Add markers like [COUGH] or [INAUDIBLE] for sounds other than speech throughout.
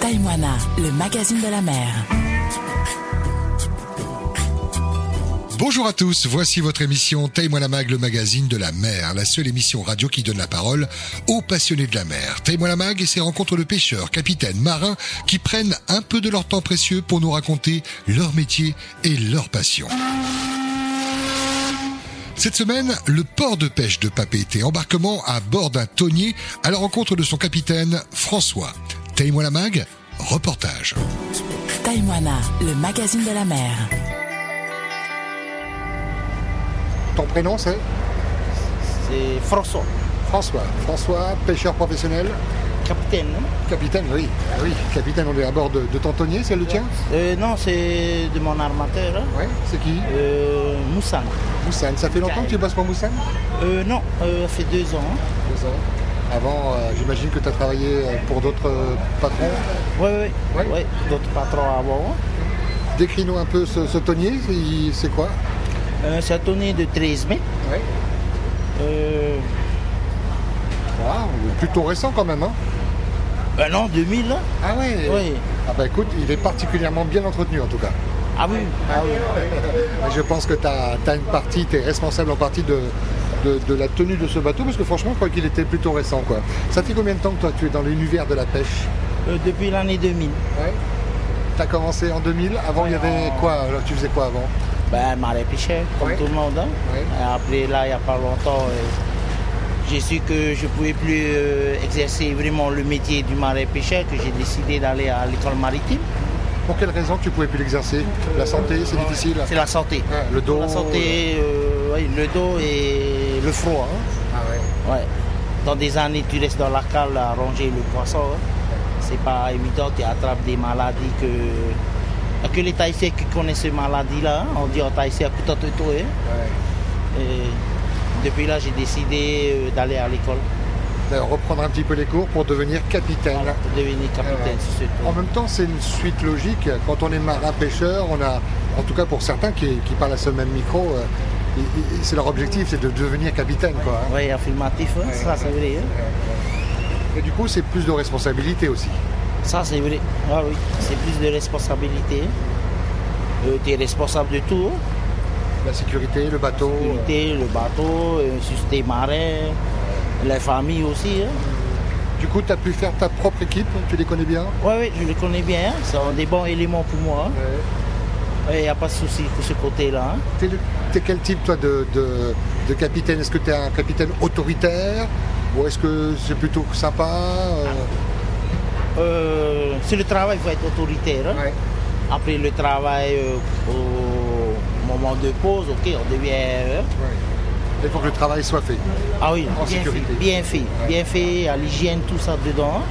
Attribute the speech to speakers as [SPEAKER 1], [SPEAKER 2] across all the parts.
[SPEAKER 1] Taïmoana, le magazine de la mer.
[SPEAKER 2] Bonjour à tous, voici votre émission Taille-moi la mag, le magazine de la mer, la seule émission radio qui donne la parole aux passionnés de la mer. Taille-moi la mag et ses rencontres de pêcheurs, capitaines, marins qui prennent un peu de leur temps précieux pour nous raconter leur métier et leur passion. Cette semaine, le port de pêche de Papété, embarquement à bord d'un tonnier à la rencontre de son capitaine François. Taille-moi la mag, reportage.
[SPEAKER 1] Taïmoana, le magazine de la mer.
[SPEAKER 2] Ton prénom c'est
[SPEAKER 3] C'est François,
[SPEAKER 2] François. François, pêcheur professionnel.
[SPEAKER 3] capitaine. non
[SPEAKER 2] Capitaine, oui. Ah Oui, capitaine, on est à bord de, de ton tonnier, c'est le tien
[SPEAKER 3] Euh, non, c'est de mon armateur, hein.
[SPEAKER 2] Ouais. C'est qui
[SPEAKER 3] euh, Moussane.
[SPEAKER 2] Moussan. Ça fait longtemps que tu bosses pour Moussan
[SPEAKER 3] Euh, non, euh, ça fait deux ans. hein.
[SPEAKER 2] Deux ans. Avant, euh, j'imagine que tu as travaillé euh, pour d'autres euh, patrons.
[SPEAKER 3] Ouais, oui,
[SPEAKER 2] Ouais.
[SPEAKER 3] oui. Ouais, D'autres patrons avant. hein.
[SPEAKER 2] Décris-nous un peu ce, ce tonnier, il- c'est quoi
[SPEAKER 3] Euh, ça tournait de 13 mai.
[SPEAKER 2] Oui.
[SPEAKER 3] Euh,
[SPEAKER 2] plutôt récent quand même. Hein
[SPEAKER 3] un an 2000. hein.
[SPEAKER 2] ah ouais
[SPEAKER 3] Oui.
[SPEAKER 2] Ah bah écoute, il est particulièrement bien entretenu en tout cas.
[SPEAKER 3] Ah oui.
[SPEAKER 2] Ah oui. [LAUGHS] Je pense que tu as, une partie, tu es responsable en partie de, de- de la tenue de ce bateau, parce que franchement, je crois qu'il était plutôt récent. quoi. Ça fait combien de temps que toi tu es dans l'univers de la pêche
[SPEAKER 3] Euh, depuis l'année 2000.
[SPEAKER 2] Ouais. T'as commencé en 2000. Avant, il y avait quoi Alors, tu faisais quoi avant
[SPEAKER 3] Ben, marais pêcheur, comme
[SPEAKER 2] Ouais.
[SPEAKER 3] tout le monde. hein.
[SPEAKER 2] Ouais.
[SPEAKER 3] Et après, là, il n'y a pas longtemps, euh, j'ai su que je ne pouvais plus euh, exercer vraiment le métier du marais pêcheur, que j'ai décidé d'aller à l'école maritime.
[SPEAKER 2] Pour quelles raisons tu pouvais plus l'exercer La santé, c'est difficile.
[SPEAKER 3] C'est la santé.
[SPEAKER 2] Ouais, le dos.
[SPEAKER 3] La santé, euh, oui, le dos et le froid. hein.
[SPEAKER 2] Ah ouais.
[SPEAKER 3] Ouais. Dans des années, tu restes dans la cale à ranger le poisson. hein. C'est pas évident, tu attrapes des maladies bah, que, que les Thaïsiens qui connaissent ces maladies-là, hein, on dit en Thaïsien tout tout. hein.
[SPEAKER 2] ouais.
[SPEAKER 3] Et depuis là, j'ai décidé euh, d'aller à l'école,
[SPEAKER 2] D'ailleurs, reprendre Ben, un petit peu les cours pour devenir capitaine.
[SPEAKER 3] voilà, pour devenir capitaine sur ce
[SPEAKER 2] En
[SPEAKER 3] tour.
[SPEAKER 2] même temps, c'est une suite logique. Quand on est marin pêcheur, on a, en tout cas pour certains qui, qui parlent à ce même micro, euh, et- et- et c'est leur objectif, c'est de devenir capitaine. Quoi, hein.
[SPEAKER 3] Oui, affirmatif, hein, ça c'est vrai. hein.
[SPEAKER 2] Et du coup, c'est plus de responsabilité aussi.
[SPEAKER 3] Ça, c'est vrai. Ah oui, c'est plus de responsabilité. tu es responsable de tout. hein.
[SPEAKER 2] La sécurité, le bateau.
[SPEAKER 3] La sécurité, le bateau, euh, sur tes marins, les familles aussi. hein.
[SPEAKER 2] euh. Du coup, tu as pu faire ta propre équipe, tu les connais bien
[SPEAKER 3] Ouais, oui, je les connais bien. hein. Ce sont des bons éléments pour moi. hein. Il n'y a pas de souci pour ce côté-là. hein.
[SPEAKER 2] T'es, de- t'es quel type toi de, de- de capitaine Est-ce que t'es un capitaine autoritaire ou est-ce que c'est plutôt sympa euh,
[SPEAKER 3] Euh, sur le travail, il faut être autoritaire. hein. Après le travail, euh, au moment de pause, ok, on devient. euh,
[SPEAKER 2] Il faut que le travail soit fait.
[SPEAKER 3] ah oui,
[SPEAKER 2] En
[SPEAKER 3] bien
[SPEAKER 2] sécurité.
[SPEAKER 3] fait, bien fait, bien fait, il y a l'hygiène, tout ça dedans. hein.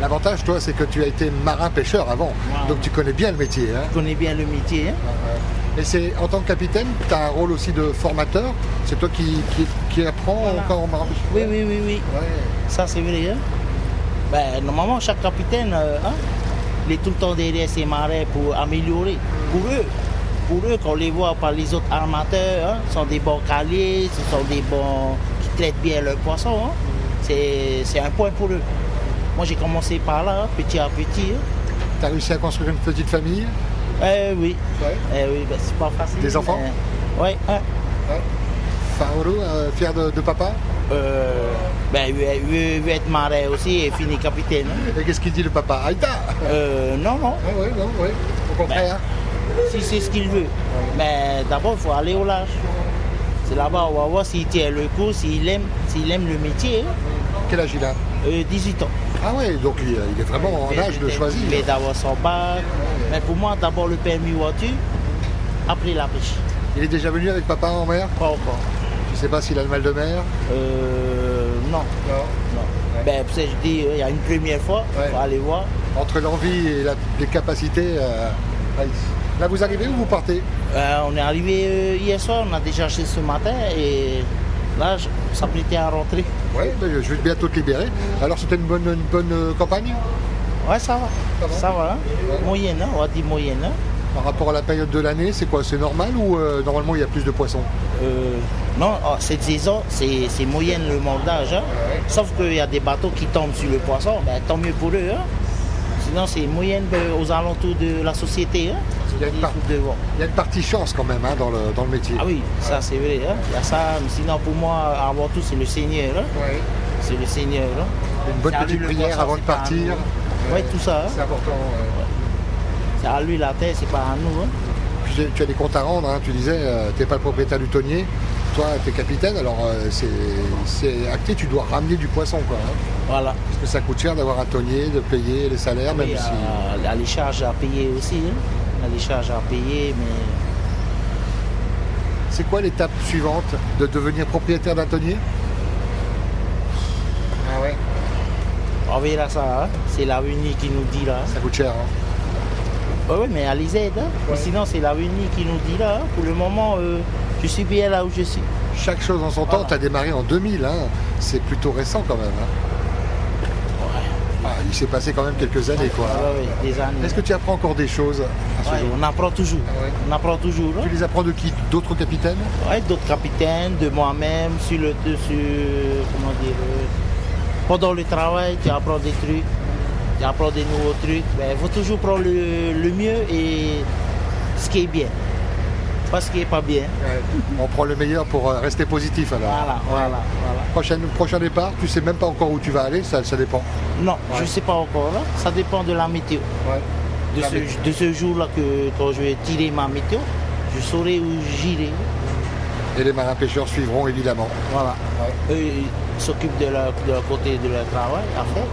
[SPEAKER 2] L'avantage toi c'est que tu as été marin pêcheur avant,
[SPEAKER 3] Ouais.
[SPEAKER 2] donc tu connais bien le métier. hein. Euh,
[SPEAKER 3] Je connais bien le métier. hein.
[SPEAKER 2] Et c'est en tant que capitaine, tu as un rôle aussi de formateur. C'est toi qui, qui, qui apprends quand on marin pêcheur.
[SPEAKER 3] Oui, oui, oui, oui.
[SPEAKER 2] Ouais.
[SPEAKER 3] Ça, c'est vrai. hein. Ben, normalement, chaque capitaine, euh, hein, il est tout le temps derrière ses marais pour améliorer. Pour eux, pour eux qu'on les voit par les autres armateurs, hein, ce sont des bons caliers, ce sont des bons qui traitent bien leurs poissons. hein. C'est c'est un point pour eux. Moi, j'ai commencé par là, hein, petit à petit. hein.
[SPEAKER 2] T'as réussi à construire une petite famille.
[SPEAKER 3] Eh oui,
[SPEAKER 2] Ouais.
[SPEAKER 3] eh oui, ben, c'est pas facile. hein.
[SPEAKER 2] Des enfants
[SPEAKER 3] Oui.
[SPEAKER 2] Faourou, euh, fier de, de papa.
[SPEAKER 3] ben, il veut- il veut- il veut être marais aussi et finir capitaine. hein.
[SPEAKER 2] Et qu'est-ce qu'il dit le papa Aïda
[SPEAKER 3] Euh, non, non.
[SPEAKER 2] Ah ouais, non, ouais. Au contraire.
[SPEAKER 3] si c'est ce qu'il veut. Mais d'abord, il faut aller au large. C'est là-bas, on va voir s'il tient le coup, s'il aime, s'il aime le métier. hein.
[SPEAKER 2] Quel âge il a
[SPEAKER 3] Euh, 18 ans.
[SPEAKER 2] Ah ouais, donc il, il est vraiment en âge de choisir.
[SPEAKER 3] Il est d'avoir son bac. Mais pour moi, d'abord le permis voiture, après la pêche.
[SPEAKER 2] Il est déjà venu avec papa en mer
[SPEAKER 3] Pas encore.
[SPEAKER 2] Je sais pas s'il a le mal de mer.
[SPEAKER 3] Euh, non, non. Ben, pour ça, je dis, euh, il y a une première fois, il
[SPEAKER 2] Ouais.
[SPEAKER 3] faut aller voir.
[SPEAKER 2] Entre l'envie et la- les capacités. euh, ah, il- Là, vous arrivez ou vous partez
[SPEAKER 3] Euh, on est arrivé euh, hier soir, on a déjà acheté ce matin et là, je- on s'apprêtait à rentrer.
[SPEAKER 2] Oui, Ben, je vais bientôt te libérer. Alors, c'était une bonne, une bonne euh, campagne
[SPEAKER 3] Ouais, ça va.
[SPEAKER 2] Ça va
[SPEAKER 3] Ça va. hein. Moyenne, hein, on va dire moyenne. hein.
[SPEAKER 2] Par rapport à la période de l'année, c'est quoi C'est normal ou euh, normalement il y a plus de poissons
[SPEAKER 3] Euh, non, oh, cette saison, c'est c'est moyenne le mordage. hein. Sauf qu'il y a des bateaux qui tombent sur le poisson, ben, tant mieux pour eux. hein. Sinon, c'est moyenne euh, aux alentours de la société. Hein,
[SPEAKER 2] Il y a une part-
[SPEAKER 3] Ils trouvent devant.
[SPEAKER 2] Il y a une partie chance quand même hein, dans, le, dans le métier.
[SPEAKER 3] Ah oui, ça c'est vrai. hein. Il y a ça. Mais sinon, pour moi, avant tout, c'est le Seigneur. hein.
[SPEAKER 2] Ouais.
[SPEAKER 3] C'est le Seigneur. hein.
[SPEAKER 2] Une bonne
[SPEAKER 3] C'est à lui
[SPEAKER 2] petite
[SPEAKER 3] le
[SPEAKER 2] prière
[SPEAKER 3] croissant,
[SPEAKER 2] avant de
[SPEAKER 3] c'est pas à
[SPEAKER 2] partir.
[SPEAKER 3] nous. Ouais, tout ça. hein.
[SPEAKER 2] C'est important. euh, ouais.
[SPEAKER 3] C'est à lui la terre, c'est pas à nous. hein.
[SPEAKER 2] Puis j'ai- tu as des comptes à rendre, hein, tu disais, tu t'es pas le propriétaire du tonnier. Toi, t'es capitaine, alors euh, c'est- c'est acté, tu dois ramener du poisson. Quoi, hein.
[SPEAKER 3] Voilà.
[SPEAKER 2] Parce que ça coûte cher d'avoir un tonnier, de payer les salaires, même
[SPEAKER 3] Il y a,
[SPEAKER 2] si.
[SPEAKER 3] euh, il y a les charges à payer aussi. hein. Il y a les charges à payer, mais
[SPEAKER 2] C'est quoi l'étape suivante de devenir propriétaire d'un tonnier Ah ouais.
[SPEAKER 3] on verra ça. hein. C'est l'avenir qui nous dira.
[SPEAKER 2] Ça coûte cher. hein.
[SPEAKER 3] Oui, mais à les aides. hein. Mais Sinon, c'est l'avenir qui nous dira. hein. Pour le moment, euh, je suis bien là où je suis.
[SPEAKER 2] Chaque chose en son temps,
[SPEAKER 3] Voilà.
[SPEAKER 2] tu as démarré en 2000, hein. c'est plutôt récent quand même. hein. Ah, il s'est passé quand même quelques années. quoi.
[SPEAKER 3] Ah ouais, ouais, des années.
[SPEAKER 2] Est-ce que tu apprends encore des choses à ce
[SPEAKER 3] Ouais,
[SPEAKER 2] jour
[SPEAKER 3] on apprend toujours.
[SPEAKER 2] Ah ouais.
[SPEAKER 3] On apprend toujours. hein.
[SPEAKER 2] Tu les apprends de qui D'autres capitaines
[SPEAKER 3] Ouais, D'autres capitaines, de moi-même, sur le. de- sur- comment dire. euh, pendant le travail, tu apprends des trucs. Tu apprends des nouveaux trucs. Mais il faut toujours prendre le, le mieux et ce qui est bien. Pas ce qui n'est pas bien.
[SPEAKER 2] On prend le meilleur pour euh, rester positif alors.
[SPEAKER 3] Voilà, voilà, voilà.
[SPEAKER 2] Prochaine- prochain départ, tu sais même pas encore où tu vas aller, ça, ça dépend.
[SPEAKER 3] Non, je
[SPEAKER 2] Ouais.
[SPEAKER 3] ne sais pas encore. hein. Ça dépend de la météo. De
[SPEAKER 2] La
[SPEAKER 3] ce,
[SPEAKER 2] météo.
[SPEAKER 3] de ce jour-là que quand je vais tirer ma météo, je saurai où j'irai.
[SPEAKER 2] Et les marins pêcheurs suivront évidemment.
[SPEAKER 3] Voilà. Eux, ils s'occupent de leur, de leur côté de leur travail à faire.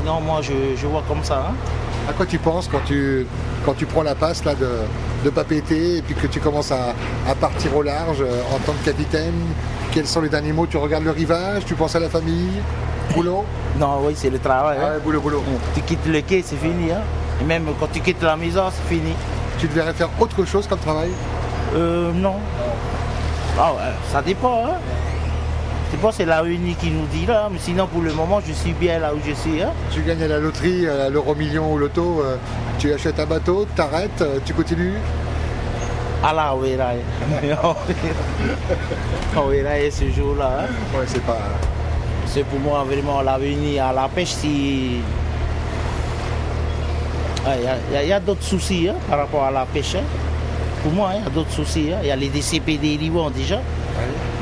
[SPEAKER 3] Sinon, moi, je, je vois comme ça. hein.
[SPEAKER 2] À quoi tu penses quand tu, quand tu prends la passe là, de, de pas péter et puis que tu commences à, à partir au large euh, en tant que capitaine Quels sont les derniers mots Tu regardes le rivage Tu penses à la famille Boulot
[SPEAKER 3] Non, oui, c'est le travail. hein.
[SPEAKER 2] Ouais, Boulot, boulot.
[SPEAKER 3] Tu quittes le quai, c'est fini. hein. Et même quand tu quittes la maison, c'est fini.
[SPEAKER 2] Tu devrais faire autre chose comme travail
[SPEAKER 3] Euh, non. Ah ouais, ça dépend. Hein. Je pense que c'est la Uni qui nous dit là. Mais sinon, pour le moment, je suis bien là où je suis. hein.
[SPEAKER 2] Tu gagnes à la loterie, à l'euro million ou l'auto, euh, tu achètes un bateau, t'arrêtes, euh, tu continues
[SPEAKER 3] Allah, on verra. hein. on verra hein, ce jour-là. hein.
[SPEAKER 2] Ouais, c'est pas.
[SPEAKER 3] C'est pour moi vraiment l'avenir à la pêche si. Ah, Il y a- il y a- il y a, d'autres soucis hein, par rapport à la pêche. hein. Pour moi, hein, il y a d'autres soucis. hein. Il y a les DCP des Liban déjà,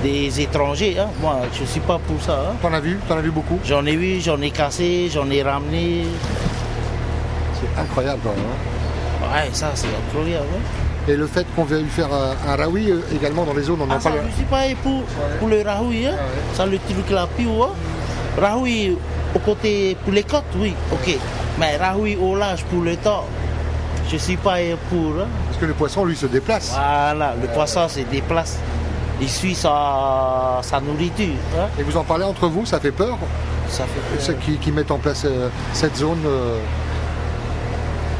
[SPEAKER 3] des étrangers. hein. Moi, je ne suis pas pour ça. hein.
[SPEAKER 2] T'en as vu T'en as vu beaucoup
[SPEAKER 3] J'en ai vu, j'en ai cassé, j'en ai ramené.
[SPEAKER 2] C'est incroyable quand même. hein.
[SPEAKER 3] Ouais, ça, c'est incroyable. hein.
[SPEAKER 2] Et le fait qu'on veuille faire un, un rawi euh, également dans les zones, on en
[SPEAKER 3] Ah, ça,
[SPEAKER 2] parle.
[SPEAKER 3] je ne suis pas pour, pour le Rahoui. hein.
[SPEAKER 2] ouais.
[SPEAKER 3] Ça, le truc là, plus haut. hein. Rahoui, au côté, pour les côtes, oui, ok. Mais Rahoui au large, pour le temps, je ne suis pas pour. hein.
[SPEAKER 2] Parce que le poisson, lui, se déplace.
[SPEAKER 3] Voilà, le poisson se déplace. Il suit sa, sa nourriture. hein.
[SPEAKER 2] Et vous en parlez entre vous, ça fait peur
[SPEAKER 3] Ça fait peur.
[SPEAKER 2] ceux qui, qui mettent en place euh, cette zone. euh,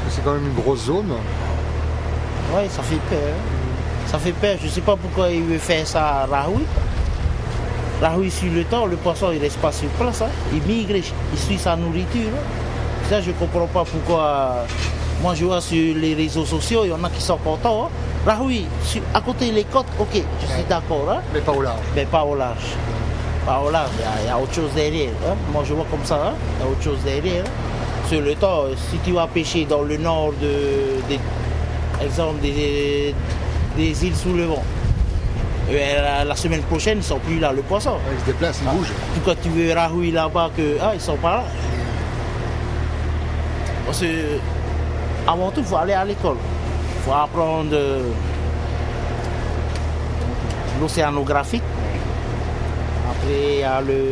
[SPEAKER 2] parce que c'est quand même une grosse zone.
[SPEAKER 3] Ouais, ça fait peur. hein. Ça fait peur. Je ne sais pas pourquoi il veut faire ça à Rahoui. Rahoui suit le temps, le poisson il reste pas sur place. hein. Il migre, il suit sa nourriture. hein. Ça, je comprends pas pourquoi. euh, Moi, je vois sur les réseaux sociaux, il y en a qui sont contents. hein. Rahoui, sur- à côté les côtes, ok, je suis d'accord. hein.
[SPEAKER 2] Mais pas au large.
[SPEAKER 3] mais pas au large. Pas au large, il y a- il y, a autre chose derrière. hein. Moi je vois comme ça, hein. il y a autre chose derrière. hein. Sur le temps, si tu vas pêcher dans le nord de, des- exemple, des, des îles sous le vent, eh ben, la, la semaine prochaine, ils ne sont plus là, le poisson.
[SPEAKER 2] Ouais, Ils se déplacent, ils bougent.
[SPEAKER 3] Pourquoi tu veux Rahoui là-bas que. Ah, ils sont pas là. Parce que, avant tout, il faut aller à l'école. Il faut apprendre euh, l'océanographique. Après, il y a le.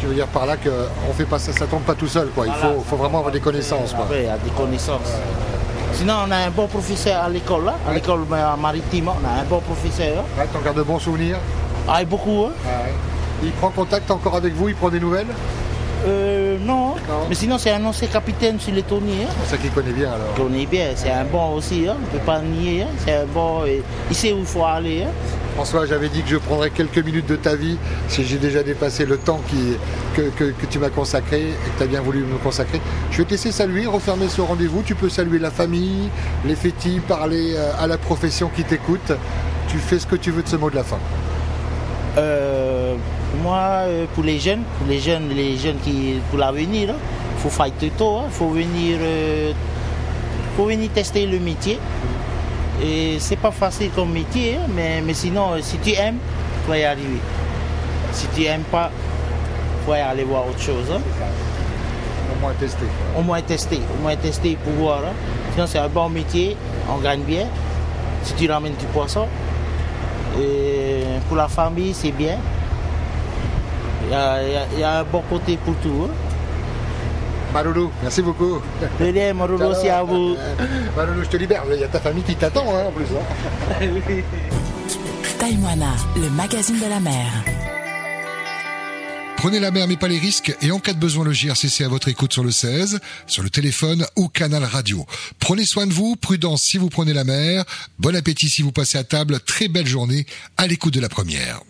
[SPEAKER 2] Tu veux dire par là que on fait pas ça, ça tombe pas tout seul. Quoi. Il
[SPEAKER 3] Voilà.
[SPEAKER 2] faut, faut vraiment avoir des connaissances. Quoi.
[SPEAKER 3] Après, il y a des connaissances. Sinon, on a un bon professeur à l'école, là. à l'école euh, maritime, on a un bon professeur. hein.
[SPEAKER 2] Ouais, T'en gardes de bons souvenirs.
[SPEAKER 3] Ah, et beaucoup, hein.
[SPEAKER 2] Il prend contact encore avec vous, il prend des nouvelles.
[SPEAKER 3] Euh, non.
[SPEAKER 2] Non.
[SPEAKER 3] Mais sinon, c'est un ancien capitaine sur les tourniers. hein.
[SPEAKER 2] C'est ça qu'il connaît bien alors.
[SPEAKER 3] On est bien, c'est un bon aussi, hein, on ne peut pas nier, hein, c'est un bon, et il sait où il faut aller. hein.
[SPEAKER 2] François, j'avais dit que je prendrais quelques minutes de ta vie si j'ai déjà dépassé le temps qui- que, que- que tu m'as consacré et que tu as bien voulu me consacrer. Je vais te laisser saluer, refermer ce rendez-vous. Tu peux saluer la famille, les fétis, parler euh, à la profession qui t'écoute. Tu fais ce que tu veux de ce mot de la fin.
[SPEAKER 3] Euh, moi, euh, pour les jeunes, pour les jeunes, les jeunes qui, pour l'avenir, il faut fighter tôt, hein, faut venir, euh, faut venir tester le métier. Et c'est pas facile comme métier, hein, mais, mais sinon, euh, si tu aimes, tu vas y arriver. Si tu aimes pas, tu vas y aller voir autre chose. hein.
[SPEAKER 2] Au moins testé.
[SPEAKER 3] Au moins tester, au moins tester pour voir. hein. Sinon, c'est un bon métier, on gagne bien. Si tu ramènes du poisson, Et pour la famille, c'est bien. Il y, a- il y a- il y a un bon côté pour tout. hein.
[SPEAKER 2] Maloulou, merci beaucoup.
[SPEAKER 3] Le lait, mon rouleau, c'est à vous.
[SPEAKER 2] Maloulou, je te libère, il y a ta famille qui t'attend hein, en plus. hein.
[SPEAKER 1] Taïwana, le magazine de la mer.
[SPEAKER 2] Prenez la mer mais pas les risques et en cas de besoin le JRCC à votre écoute sur le 16, sur le téléphone ou canal radio. Prenez soin de vous, prudence si vous prenez la mer, bon appétit si vous passez à table, très belle journée à l'écoute de la première.